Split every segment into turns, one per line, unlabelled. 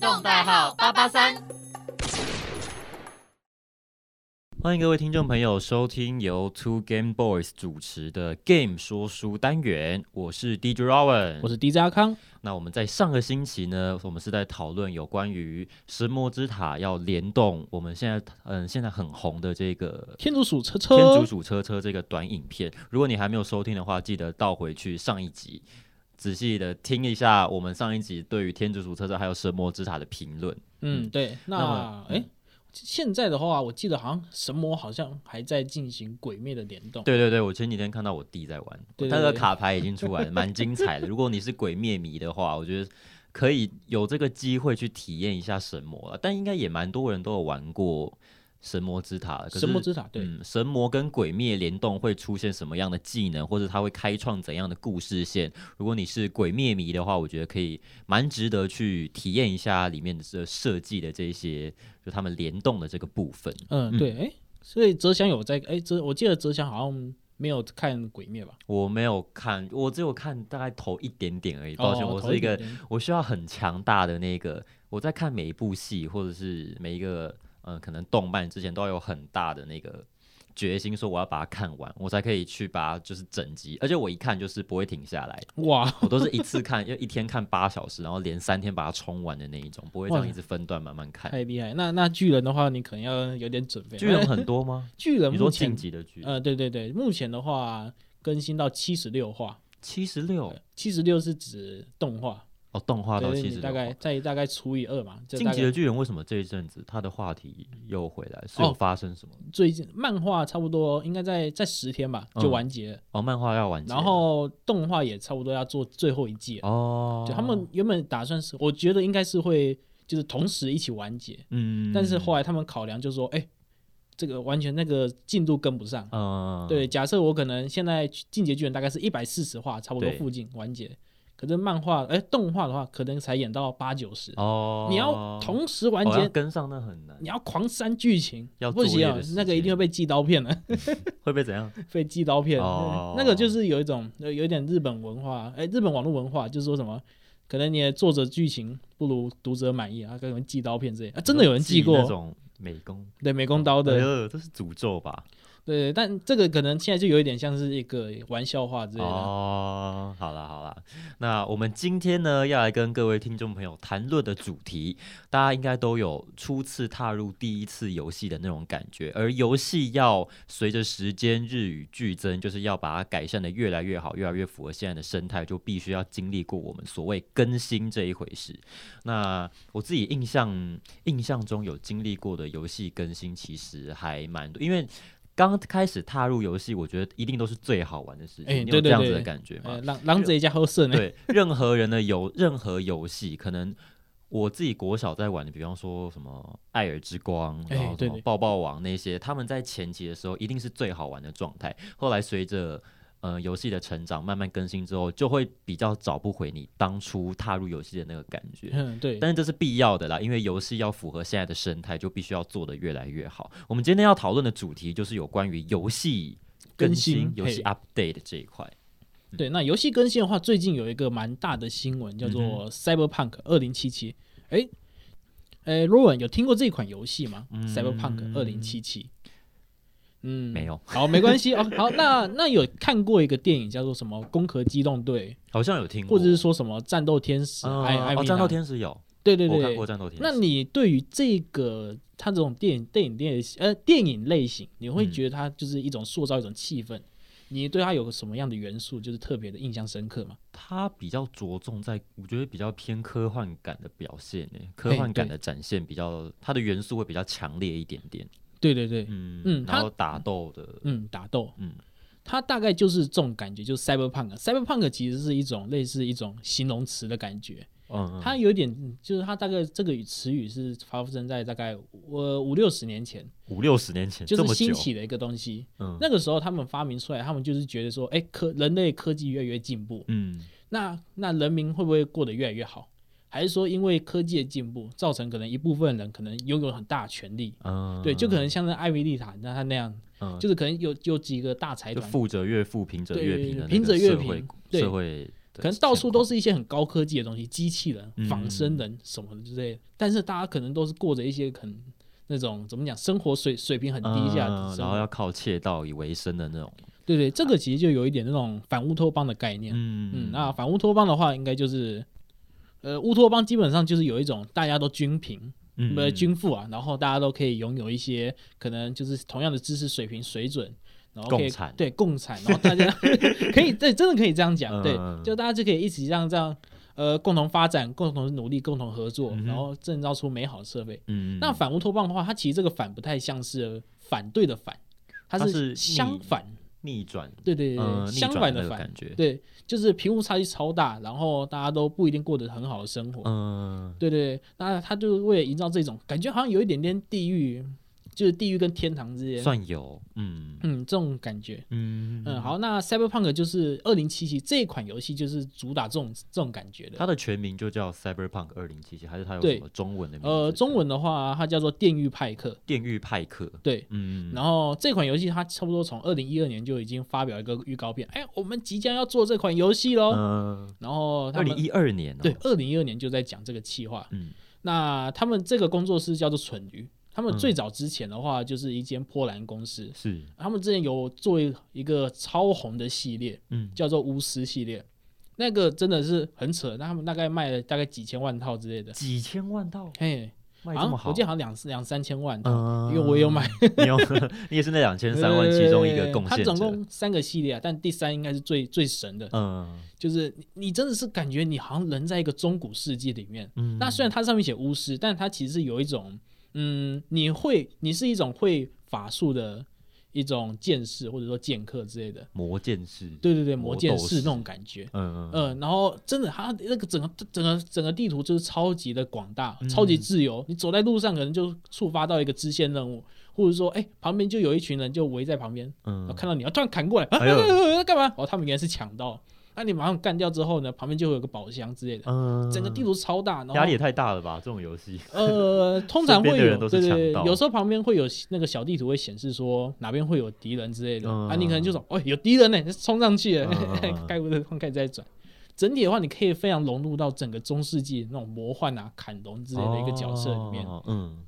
动代号八八三。
欢迎各位听众朋友收听由 Two Game Boys 主持的 Game 说书单元，我是 DJ Rowan，
我是 DJ 阿康。
那我们在上个星期呢，我们是在讨论有关于神魔之塔要联动我们现在嗯现在很红的这个
天竺鼠车车，
天竺鼠车车这个短影片。如果你还没有收听的话，记得倒回去上一集，仔细的听一下我们上一集对于天竺鼠车车还有神魔之塔的评论。
嗯，对。
那
那
么
哎，现在的话，我记得好像神魔好像还在进行鬼灭的联动。
对对对，我前几天看到我弟在玩，
对对
他的
对
卡牌已经出来了，蛮精彩的。如果你是鬼灭迷的话，我觉得可以有这个机会去体验一下神魔了。但应该也蛮多人都有玩过神魔之塔的，可是
神魔之塔，对，
嗯，神魔跟鬼灭联动会出现什么样的技能，或者它会开创怎样的故事线？如果你是鬼灭迷的话，我觉得可以蛮值得去体验一下里面的这设计的这一些，就他们联动的这个部分。
嗯，对，哎，所以泽祥有在，哎，泽，我记得泽祥好像没有看鬼灭吧？
我没有看，我只有看大概头一点点而已。抱歉，
哦
我
头
是一个
点点
我需要很强大的那个，我在看每一部戏或者是每一个呃可能动漫之前都要有很大的那个决心，说我要把它看完，我才可以去把它就是整集，而且我一看就是不会停下来，
哇，
我都是一次看，要 一天看八小时，然后连三天把它冲完的那一种，不会这样
哇
一直分段慢慢看。
太厉害！那那巨人的话，你可能要有点准备。？
巨人很多吗
巨人
你说
目
晋
前，
级的剧
呃，对对对，目前的话更新到七十六话，
七十六
七十六是指动画，
哦，动画到
对，
七
你
十
大概
六。
再大概除以二嘛，这
晋
大
级
概
的巨人为什么这一阵子他的话题又回来？是有
哦
发生什么？
最近漫画差不多应该在在十天吧
嗯
就完结了，
哦，漫画要完结了，
然后动画也差不多要做最后一季了。
哦，
就他们原本打算是，我觉得应该是会就是同时一起完结，
嗯，
但是后来他们考量就说，哎、这个完全那个进度跟不上。
嗯，
对，假设我可能现在《进阶巨人》大概是一百四十话，差不多
对
附近完结，可是漫画哎、动画的话，可能才演到八九十。
哦，
你要同时完
哦
结，
要跟上那很难，
你要狂删剧情
要，
不
作业
行、啊
的时，
那个一定
间
会被寄刀片的。
会被怎样？
被寄刀片，
哦
那个就是有一种有有一点日本文化，哎、日本网络文化就是说什么，可能你的作者剧情不如读者满意啊，可能寄刀片之类，啊，真的有人寄
那
过，
种美工
对，美工刀的，
哎呦这是诅咒吧？
对，但这个可能现在就有一点像是一个玩笑话之类的，
哦，好啦好啦，那我们今天呢要来跟各位听众朋友谈论的主题，大家应该都有初次踏入第一次游戏的那种感觉，而游戏要随着时间日与俱增，就是要把它改善的越来越好，越来越符合现在的生态，就必须要经历过我们所谓更新这一回事。那我自己印象印象中有经历过的游戏更新，其实还蛮多，因为。刚开始踏入游戏，我觉得一定都是最好玩的事情。
哎
你有这
对对
样子的
对
感觉吗
呃，？狼狼贼加后胜呢，
对，任何人的游任何游戏，可能我自己国小在玩的，比方说什么《艾尔之光》，
哎
然后什
对
么
对
《抱抱王》那些，他们在前期的时候一定是最好玩的状态。后来随着呃游戏的成长，慢慢更新之后，就会比较找不回你当初踏入游戏的那个感觉。
嗯， 对，
但是这是必要的啦，因为游戏要符合现在的生态，就必须要做得越来越好。我们今天要讨论的主题就是有关于游戏更
更
新
新、
游戏 update 这一块。
对，那游戏更新的话，最近有一个蛮大的新闻叫
嗯
做《Cyberpunk 二零七七》。哎，哎，Rowan 有听过这款游戏吗、c
嗯
y b e r p u n k 二零七七。嗯，
没。有，
好，没关系哦。好，那那有看过一个电影叫做什么《攻壳机动队
好像有听》，过，
或者是说什么《战斗天使》
嗯
艾艾
哦，
米
战
娜
斗天使有，
对对
我看过
对。
战斗天使。
那你对于这个它这种电影、电影、电影呃电影类型，你会
嗯
觉得它就是一种塑造一种气氛？你对它有个什么样的元素，就是特别的印象深刻吗？
它比较着重在，我觉得比较偏科幻感的表现呢，科幻感
对
的展现比较，它的元素会比较强烈一点点。
对对对，
嗯
嗯
然
它
后打斗的，
嗯，打斗，
嗯，
它大概就是这种感觉，就是 cyberpunk。cyberpunk 其实是一种类似一种形容词的感觉，
嗯，
它有点嗯就是它大概这个语词语是发生在大概呃五六十年前，
五六十年前
就
这
是
么久
兴，起的一个东西。
嗯
那个时候他们发明出来，他们就是觉得说，哎，科人类科技越来越进步，
嗯，
那那人民会不会过得越来越好？还是说因为科技的进步，造成可能一部分人可能拥有很大的权利？
嗯
对，就可能像是艾维利塔那他那样，
嗯
就是可能有有几个大财
就
团
富者越富，贫者
对
越贫的那个
贫者越
社会
贫，对
社会的的，
可能到处都是一些很高科技的东西，机器人、
嗯
仿生人什么的之类的。但是大家可能都是过着一些很那种怎么讲，生活水水平很低下的
嗯
生活，
然后要靠窃盗以为生的那种，
对对，这个其实就有一点那种反乌托邦的概念。
嗯
嗯，那反乌托邦的话，应该就是，呃，乌托邦基本上就是有一种大家都均平，
嗯
呃，均富啊，然后大家都可以拥有一些可能就是同样的知识水平水准，然后可以
共产
对共产，然后大家 可以对，真的可以这样讲，对
嗯，
就大家就可以一起这样这样，呃，共同发展，共同努力，共同合作
嗯，哼
然后制造出美好的社会。
嗯
那反乌托邦的话，它其实这个反不太像是反对的反，它
它
是
是
相
逆
反，
逆转，
对对对
嗯，
对，
逆
相
转
反
的
的
那个
反。
感觉，
对，就是贫富差距超大，然后大家都不一定过得很好的生活。
嗯
对对对，那他就为了营造这种感觉，好像有一点点地狱，就是地狱跟天堂之间，
算有，嗯
嗯，这种感觉。
嗯
嗯，，好，那 Cyberpunk 就是二零七七这一款游戏，就是主打这种这种感觉的。
它的全名就叫 Cyberpunk 二零七七，还是它有
对
什么中文的名字？
呃，中文的话，它叫做《电狱派克》。
电狱派克，
对，
嗯，
然后这款游戏它差不多从二零一二年就已经发表一个预告片，哎，我们即将要做这款游戏喽。
嗯，
然后他
二
们
零一二年哦，
对，二零一二年就在讲这个企划。
嗯
那他们这个工作室叫做蠢驴，他们
嗯
最早之前的话就是一间波兰公司，
是，
他们之前有做一个超红的系列，
嗯
叫做巫师系列，那个真的是很扯，那他们大概卖了大概几千万套之类的，
几千万套
嘿，
卖
好
这
像
么好，
我记得好像两两三千万套，
嗯
因为我也有买，
你有你也是那两千三万其中一个贡
他
献
总
者，
共三个系列啊，但第三应该是最最神的，
嗯
就是你你真的是感觉你好像人在一个中古世纪里面，
嗯，
那虽然它上面写巫师，但它其实有一种，嗯，你会，你是一种会法术的一种剑士或者说剑客之类的，
魔剑士，
对对对，
魔
魔剑
斗
士
士
那种感觉。
嗯，嗯嗯
嗯，然后真的，它那个整个整个整个地图就是超级的广大，
嗯
超级自由。你走在路上，可能就触发到一个支线任务，或者说，哎，旁边就有一群人就围在旁边，然后
嗯，
看到你，要突然砍过来，啊
哎呦
啊啊 啊干嘛？哦，他们原来是强盗。那你马上干掉之后呢，旁边就会有个宝箱之类的，
嗯，
整个地图超大，然后
压力也太大了吧？这种游戏，
呃，通常会
身边的
有
人都是
对对，
强盗
对有时候旁边会有那个小地图会显示说哪边会有敌人之类的，
嗯
啊，你可能就说哦有敌人呢， 冲上去了
嗯嗯嗯，
盖不得开始在转。整体的话，你可以非常融入到整个中世纪那种魔幻啊、砍龙之类的一个角色里面。
哦，嗯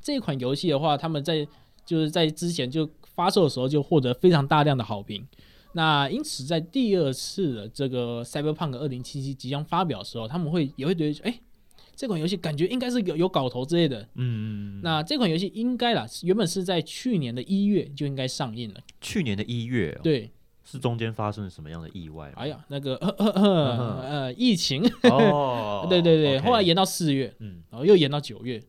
这款游戏的话，他们在就是在之前就发售的时候就获得非常大量的好评。那因此，在第二次的这个《Cyberpunk 2077》即将发表的时候，他们会也会觉得，哎、这款游戏感觉应该是有有搞头之类的。
嗯，
那这款游戏应该啦，原本是在去年的一月就应该上映了。
去年的一月哦，
对，
是中间发生了什么样的意外吗？
哎呀，那个呃呃呃呃疫情，
嗯哦
，对对对，
OK
后来延到四月，
嗯，
然后又延到九月，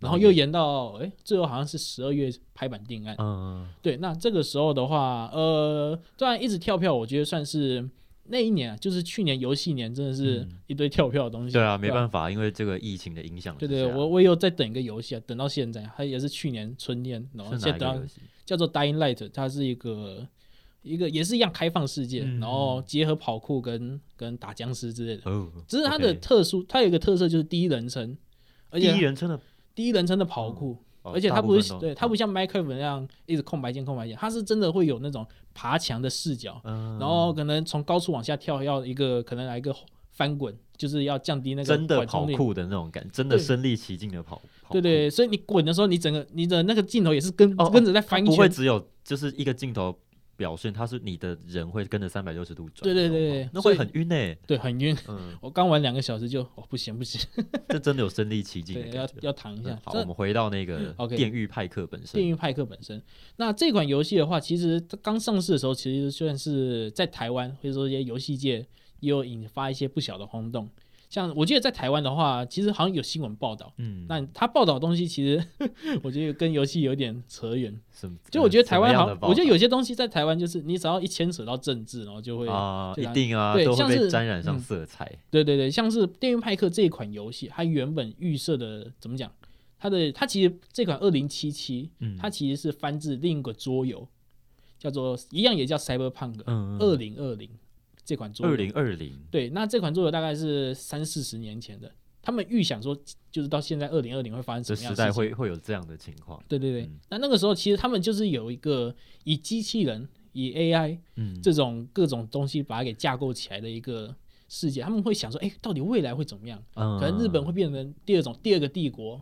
然后又延到哎，最后好像是十二月拍板定案。
嗯
对，那这个时候的话，呃，虽然一直跳票，我觉得算是那一年啊，就是去年游戏年，真的是
嗯
一堆跳票的东西。
对啊，没啊
吧
办法，因为这个疫情的影响之
对
下。
对，我我也有在等一个游戏啊，等到现在，它也是去年春天，然后
是哪
现在
一
等到
个游戏？
叫做 Dying Light，它是一个一个也是一样开放世界，
嗯
然后结合跑酷跟跟打僵尸之类的。
哦，
只是它的
OK
特殊，它有一个特色就是第一人称，而
第一
且
人称的，
第一人称的跑酷，
哦
而且
大
它
部
不
分
是
都嗯
对它不像 Minecraft 那样一直空白键空白键，它是真的会有那种爬墙的视角，
嗯，
然后可能从高处往下跳，要一个可能来一个翻滚，就是要降低那个
真的
缓
跑
冲力。
酷的那种感，真的
对
身临其境的跑，跑
对对，所以你滚的时候，你整个你的那个镜头也是跟
哦哦
跟着在
酷，它
翻一
不会
圈，
只有就是一个镜头表现，它是你的人会跟着三百六十度转，
对对对
你知道
对
吗那
所以
会很晕 诶，
对，很晕。
嗯，
我刚玩两个小时就哦不行不行，
这真的有身临其境
对，
的
要
感觉。
要躺一下
嗯。好，
这
我们回到那个
OK
电狱派克本
电
身，
狱派克本身，那这款游戏的话，其实它刚上市的时候，其实算是在台湾或者说一些游戏界也有引发一些不小的轰动。像我记得在台湾的话，其实好像有新闻报道，
嗯，
那他报道的东西其实 我觉得跟游戏有点扯远。
什么
就我觉得
什
台
么
湾
样
好
的
像，
报
我觉得
道
有些东西在台湾就是你只要一牵扯到政治，然后就会
啊，
对
一
啊
定啊，
对
都会
像
被
是
沾染上
嗯
色彩。
对对对，像是《电锯派克》这一款游戏，它原本预设的怎么讲？它的它其实这款二零七七，
嗯，
它其实是翻自另一个桌游，叫做一样也叫 Cyberpunk
嗯
二零二零这款桌游。
二零二零，
对，那这款桌游大概是三四十年前的，他们预想说，就是到现在二零二零会发生什
这
么样
时
的事
代
情。
会会有这样的情况。
对对对，
嗯
那那个时候其实他们就是有一个以机器人、以 AI
嗯，
这种各种东西把它给架构起来的一个世界，他们会想说，哎、到底未来会怎么样？
嗯，
可能日本会变成第二种第二个帝国，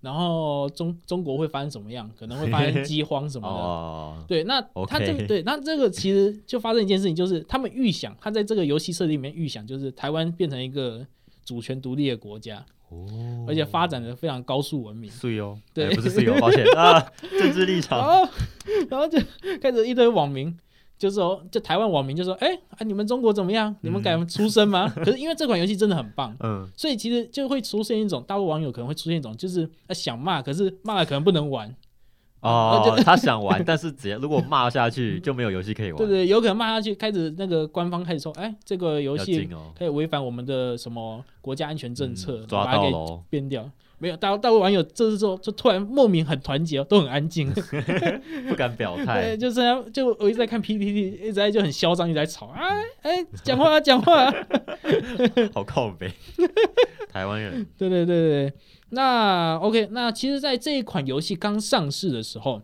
然后中中国会发生什么样？可能会发 生饥荒什么的。
哦，
对，那他这
OK
个对，那这个其实就发生一件事情，就是他们预想，他在这个游戏设定里面预想，就是台湾变成一个主权独立的国家，
哦
而且发展的非常高速文明。
碎哦，
对
哎不是碎哦，抱歉啊， 政治立
然
场，
后， 然后就 开始一堆网民就说，就台湾网民就说，哎、啊，你们中国怎么样？你们敢出声吗？ 可是因为这款游戏真的很棒。
嗯，
所以其实就会出现一种大陆网友可能会出现一种，就是呃想骂，可是骂了可能不能玩，
哦，他想 玩，但是只要如果骂下去就没有游戏可以玩，
嗯对对，有可能骂下去，开始那个官方开始说，哎，这个游
要
戏
进哦，
可以违反我们的什么国家安全政策，
嗯抓
把它
到
给
喽，
变掉。没有，大陆大陆网友这次之后就突然莫名很团结哦，都很安静。
不敢表态
对，，就这样，就我一直在看 PPT，一直在就很嚣张，一直在吵，哎哎，讲话啊，讲话、啊。
好靠 北，台湾人，
对对对对对，那 OK，那其实，在这一款游戏刚上市的时候，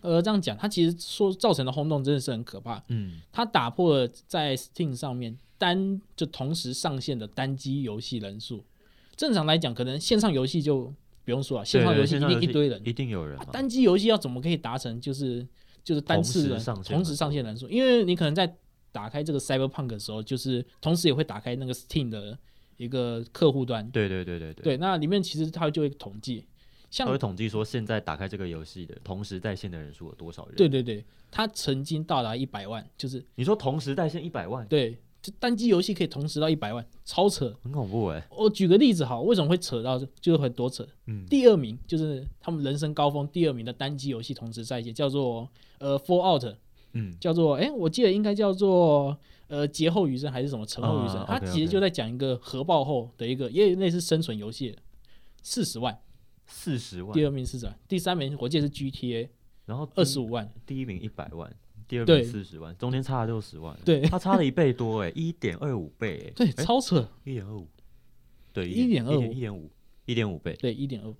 呃，这样讲，它其实说造成的轰动真的是很可怕。
嗯，
它打破了在 Steam 上面单就同时上线的单机游戏人数。正常来讲，可能线上游戏就不用说了，线上
对
游戏一
线上
定一堆人。
一定有人
啊
嘛，
单机游戏要怎么可以达成就是就是单次
同时
人
上线
同时上线人数？因为你可能在打开这个 Cyberpunk 的时候，就是同时也会打开那个 Steam 的一个客户端。
对对对对对，
对，那里面其实它就会统计，像
他会统计说现在打开这个游戏的同时在线的人数有多少人，
对对对，它曾经到达一百万，就是
你说同时在线一百万，
对，就单机游戏可以同时到一百万，超扯。
很恐怖哎，
我举个例子好，为什么会扯到这就是很多扯？
嗯
第二名就是他们人生高峰第二名的单机游戏同时在线，叫做呃 Fallout，
嗯，
叫做哎、我记得应该叫做呃劫后余生还是什么成后余生，
啊
它
OK，OK
其实就在讲一个核爆后的一个也类似生存游戏，四十万，
四十万
第，二名四十万，第三名我记得是 GTA
然后第
二十五万，
第一名一百万，第二
对
名四十万，中间差了六十万，
对
他差了一倍多哎，一点二五倍哎，
对，超扯，
一点二五，对，
1.25
一点五，一点五倍，
对，一点二。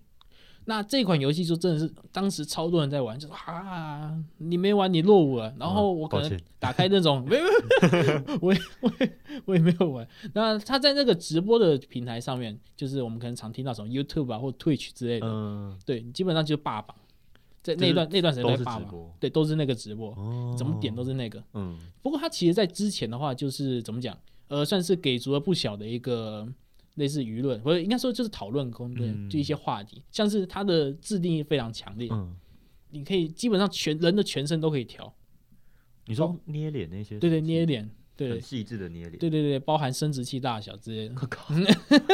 那这款游戏就真的是当时超多人在玩，就说啊，你没玩你落伍了。然后
嗯
我可
抱
能
歉
打开那种，没有， 没有我也 我也我也没有玩。那他在那个直播的平台上面，就是我们可能常听到什么 YouTube 啊或 Twitch 之类的，
嗯，
对，基本上就是霸榜，在
就
那
是
段那段时间
都
在
是
霸
直
榜，
播，
对，都是那个直播，
哦
怎么点都是那个。
嗯
不过他其实在之前的话，就是怎么讲，呃，算是给足了不小的一个类似舆论，或者应该说就是讨论空间，
嗯
就一些话题，像是他的制定非常强烈，
嗯，
你可以基本上全人的全身都可以调，
你说捏脸那些，
哦对对，捏脸，对
很细致的捏脸，
对对对，包含生殖器大小之类的，
靠，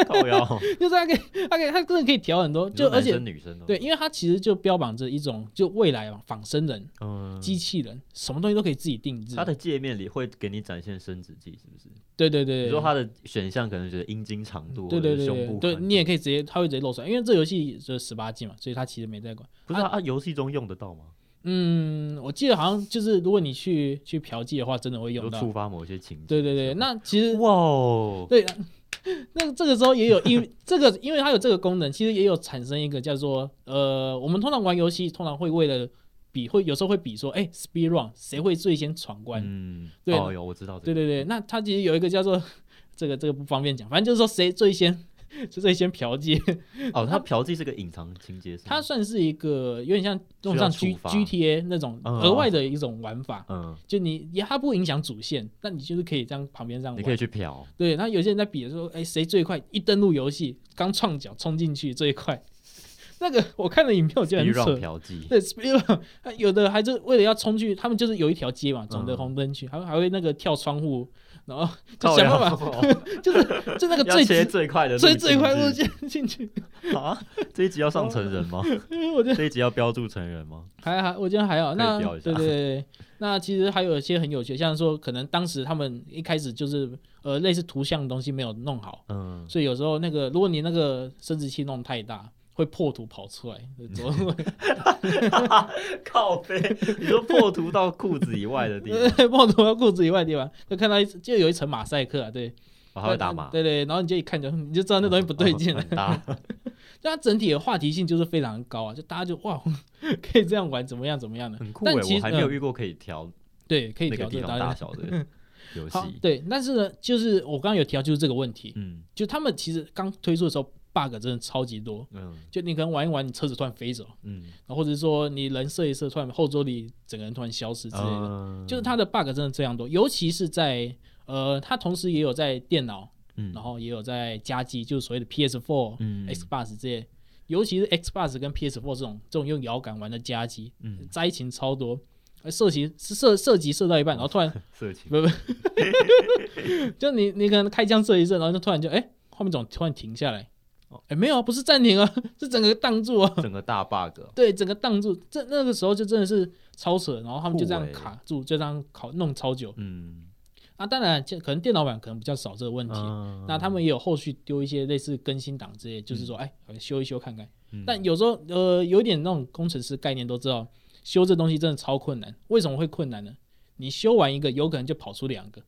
靠腰，
就是他可以，他可以，他真的可以调很多，
你
就
说
而
男
且
生女生哦
对，，因为他其实就标榜着一种就未来嘛，仿生人、
嗯，
机器人，什么东西都可以自己定制
它，的界面里会给你展现生殖器，是不是？
对对对，
你
对
说它的选项可能觉得阴茎长度，
对对
或者
对
是胸
对
部，
对
宽度
你也可以直接，他会直接露出来，因为这游戏就是十八禁嘛，所以他其实没在管。
不是它它游戏中用得到吗？
嗯，我记得好像就是如果你去去嫖妓的话，真的会
有
用到。
触发某些情节，
对对对，那其实
哇哦，
对， 那这个时候也有因这个，因为它有这个功能，其实也有产生一个叫做呃，我们通常玩游戏通常会为了比会有时候会比说，哎、s p e e d run 谁会最先闯关？
嗯，
对
哦有我知道这
对
个，
对对，那它其实有一个叫做 这个这个不方便讲，反正就是说谁最先 最先嫖妓。
哦，它嫖妓是个隐藏情节，是吗
它算是一个有点像那种像
需要
G
触发
GTA 那种
嗯
额外的一种玩法，
嗯，
就你也它不影响主线，但你就是可以这样旁边这样
你可以
玩。
去嫖，
对，那有些人在比的时候，哎，谁最快？一登录游戏，刚创脚冲进去最快。 那个我看了影片，我觉得
逼
很
让
扯。
嫖妓，
对 s p i r 有的还是为了要冲去，他们就是有一条街嘛，走的
嗯
红灯区，还会还会那个跳窗户，然后 就
靠
想办
腰
法，就是 就那个
要
最
切
直
最快的路
最
径，
最快路
是
线进去。
不是啊！这一集要上成人 吗？
我觉得
这一集要标注成人吗？
还还，我觉得还好。
以
那
聊一
对
下
对对，那其实还有一些很有趣，像说可能当时他们一开始就是呃类似图像的东西没有弄好，
嗯，
所以有时候那个如果你那个生殖器弄太大，会破图跑出来。左
靠背， 你说破图到裤子以外的地 方，
对破图到裤子以外的地方，就看到一就有一层马赛克啊，对，
哦我还会打哦码，
对对，然后你就一看就你就知道那东西不对劲了
很。搭，
就它整体的话题性就是非常高啊，就大家就哇 可以这样玩，怎么样怎么样的，
很酷
但
哎！
其
我
实
还没有
嗯
遇过可以调
对，可以
那个
调
地
这
方
家。
大小的，游
好
戏，，
对，但是呢，就是我刚刚有提到，就是这个问题，
嗯
就他们其实刚推出的时候，bug 真的超级多。
嗯
就你可能玩一玩，你车子突然飞走，
嗯
然后或者说你人射一射，突然后座里整个人突然消失之类的，
嗯
就是它的 bug 真的非常多，尤其是在呃，它同时也有在电脑，
嗯
然后也有在家机，就是所谓的 PS4、
嗯
Xbox 这些，尤其是 Xbox 跟 PS4 这种这种用摇杆玩的家机，
嗯
灾情超多，呃射击射射击射到一半，然后突然
色情，
不不，就你你可能开枪射一射，然后就突然就哎、画面怎么突然停下来？哎、
哦
没有啊，不是暂停啊， 是整个挡住啊。
整个大 bug，
对，整个挡住，这那个时候就真的是超扯，然后他们就这
酷
样
欸
卡住，就这样考弄超久。
嗯，
啊，当然，这可能电脑版可能比较少这个问题，
嗯
那他们也有后续丢一些类似更新档之类，就是说，哎、修一修看看。
嗯
但有时候，呃，有点那种工程师概念都知道，修这东西真的超困难。为什么会困难呢？你修完一个，有可能就跑出两个。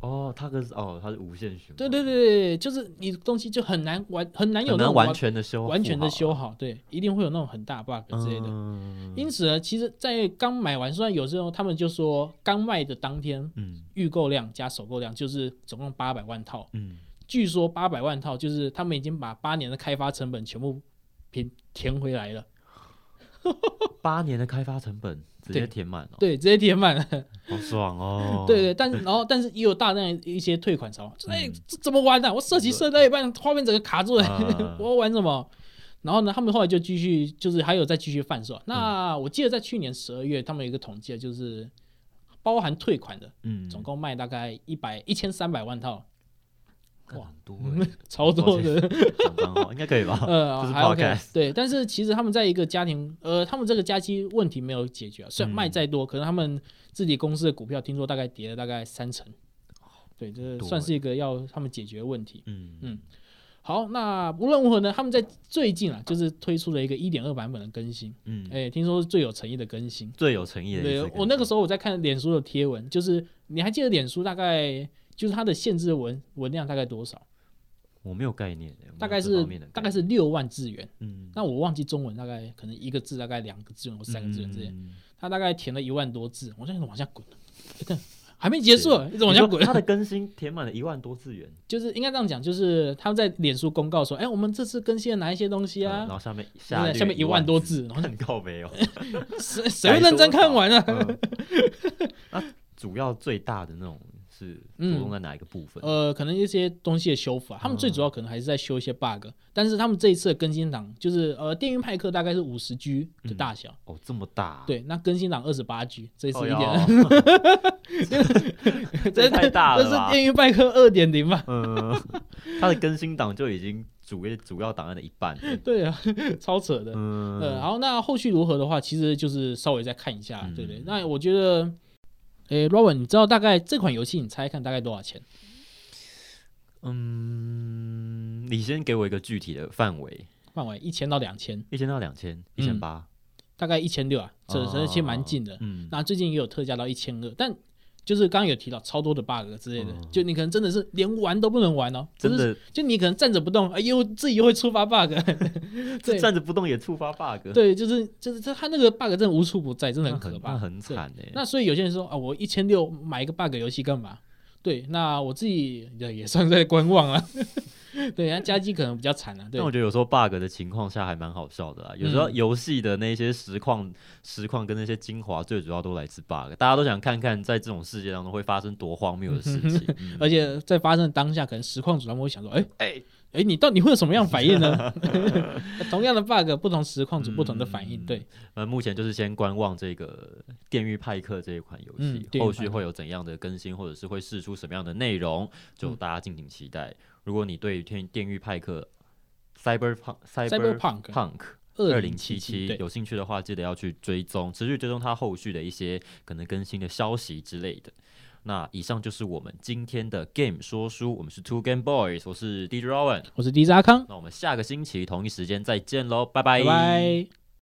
哦，它跟哦它是无限循环，
对对对对，对就是你东西就很难完，很难有
很
那
难
种
完全的修，
完全的修好，对，一定会有那种很大 bug 之类的。
嗯
因此呢，其实，在刚买完，虽然有时候他们就说刚卖的当天
嗯
预购量加首购量就是总共八百万套，
嗯
据说八百万套就是他们已经把八年的开发成本全部填填回来了，
八年的开发成本直接
对
填满哦，
对，直接填满了，，
好爽哦
对对，但是然后但是也有大量一些退款潮，就哎、这怎么玩呢、我射击
嗯对
射到一半，画面整个卡住了，
啊
我要玩什么？然后呢，他们后来就继续，就是还有再继续贩售。那
嗯
我记得在去年十二月，他们有一个统计，啊就是包含退款的，
嗯，
总共卖大概一百一千三百万套，
干
哇
很多 欸
超多
抱歉
的。
讲脏 话应该可以吧？
呃，
这是
还 OK
podcast。
对，但是其实他们在一个家庭，呃，他们这个家机问题没有解决、啊，
嗯
虽然卖再多，可能他们自己公司的股票听说大概跌了大概三成。对，这
多
算
欸
是一个要他们解决的问题。
嗯
嗯好，那无论如何呢，他们在最近啊，就是推出了一个一点二版本的更新，
嗯，
哎、听说是最有诚意的更新。
最有诚意的一
对
次，
我那个时候我在看脸书的贴文，就是你还记得脸书大概就是它的限制文文量大概多少？
我没有概念欸，我没有
大概
嗯这
是
方面的概念
大概是六万字元。
嗯，
那我忘记中文大概可能一个字大概两个字元或三个字元之类，
嗯
他大概填了一万多字，我就想往下滚，看还没结束，一直往下
你说
滚
它。的更新填满了一万多字元
就是应该这样讲，就是他们在脸书公告说，哎，我们这次更新了哪一些东西
嗯然
啊？
后下面
下
下
面下面一万
万
多，字， 然后
很高没有？
哦 谁谁会认真看完啊？
嗯那主要最大的那种是着重在哪一个部分？
嗯呃，可能一些东西的修复啊，他们最
嗯
主要可能还是在修一些 bug，、但是他们这一次的更新档就是呃，电源派克大概是五十 G 的大小，
哦，这么大，
对，那更新档二十八 G，这一次
靠
一
腰，啊
点，
哦 这太大了
这
吧
是电源派克二点零吧？
嗯，它的更新档就已经主页主要档案的一半了，
对啊， 超扯的。
嗯
呃，然后那后续如何的话，其实就是稍微再看一下，
嗯
对不对？那我觉得，诶 r o b i n 你知道大概这款游戏你猜看大概多少钱？
嗯，你先给我一个具体的范围，
范围一千到两千，
一千到两千，一千八，哦
大概一千六啊，嗯这这其实蛮近的。
嗯，
那最近也有特价到一千二，但就是刚刚有提到超多的 bug 之类的，
嗯
就你可能真的是连玩都不能玩哦，
真
不是，
的
就你可能站着不动，哎呦，自己又会触发 bug，对
站着不动也触发 bug，
对，就是就是它它那个 bug 真的无处不在，真的
那
很
很
可
那
怕。
很惨哎。
那所以有些人说啊，我一千六买一个 bug 游戏干嘛？对，那我自己也也算在观望啊。 对，人家家机可能比较惨啊。对
但，我觉得有时候 bug 的情况下还蛮好笑的啦。啊有时候
嗯
游戏的那些实况、实况跟那些精华，最主要都来自 bug。大家都想看看在这种世界当中会发生多荒谬的事情。嗯
而且在发生的当下，可能实况组他们会想说，哎
哎，
哎，你到底会有什么样反 应呢？同样的 bug，不同实况组不同的反应。
嗯
对，
那目前就是先观望这个《电狱派克》这一款游
嗯
戏，
电狱
后
派
续
克
会有怎样的更新，或者是会试出什么样的内容，就
嗯
大家敬请期待。如果你对于《电电狱派克》Cyberpunk
Cyberpunk
Cyberpunk
二
零七
七，对，
有兴趣的话，记得要去追踪，持续追踪它后续的一些可能更新的消息之类的。那以上就是我们今天的 Game 说书，我们是 Two Game Boys，我是 DJ Rowan，
我是迪扎康，
那我们下个星期同一时间再见喽，
拜拜。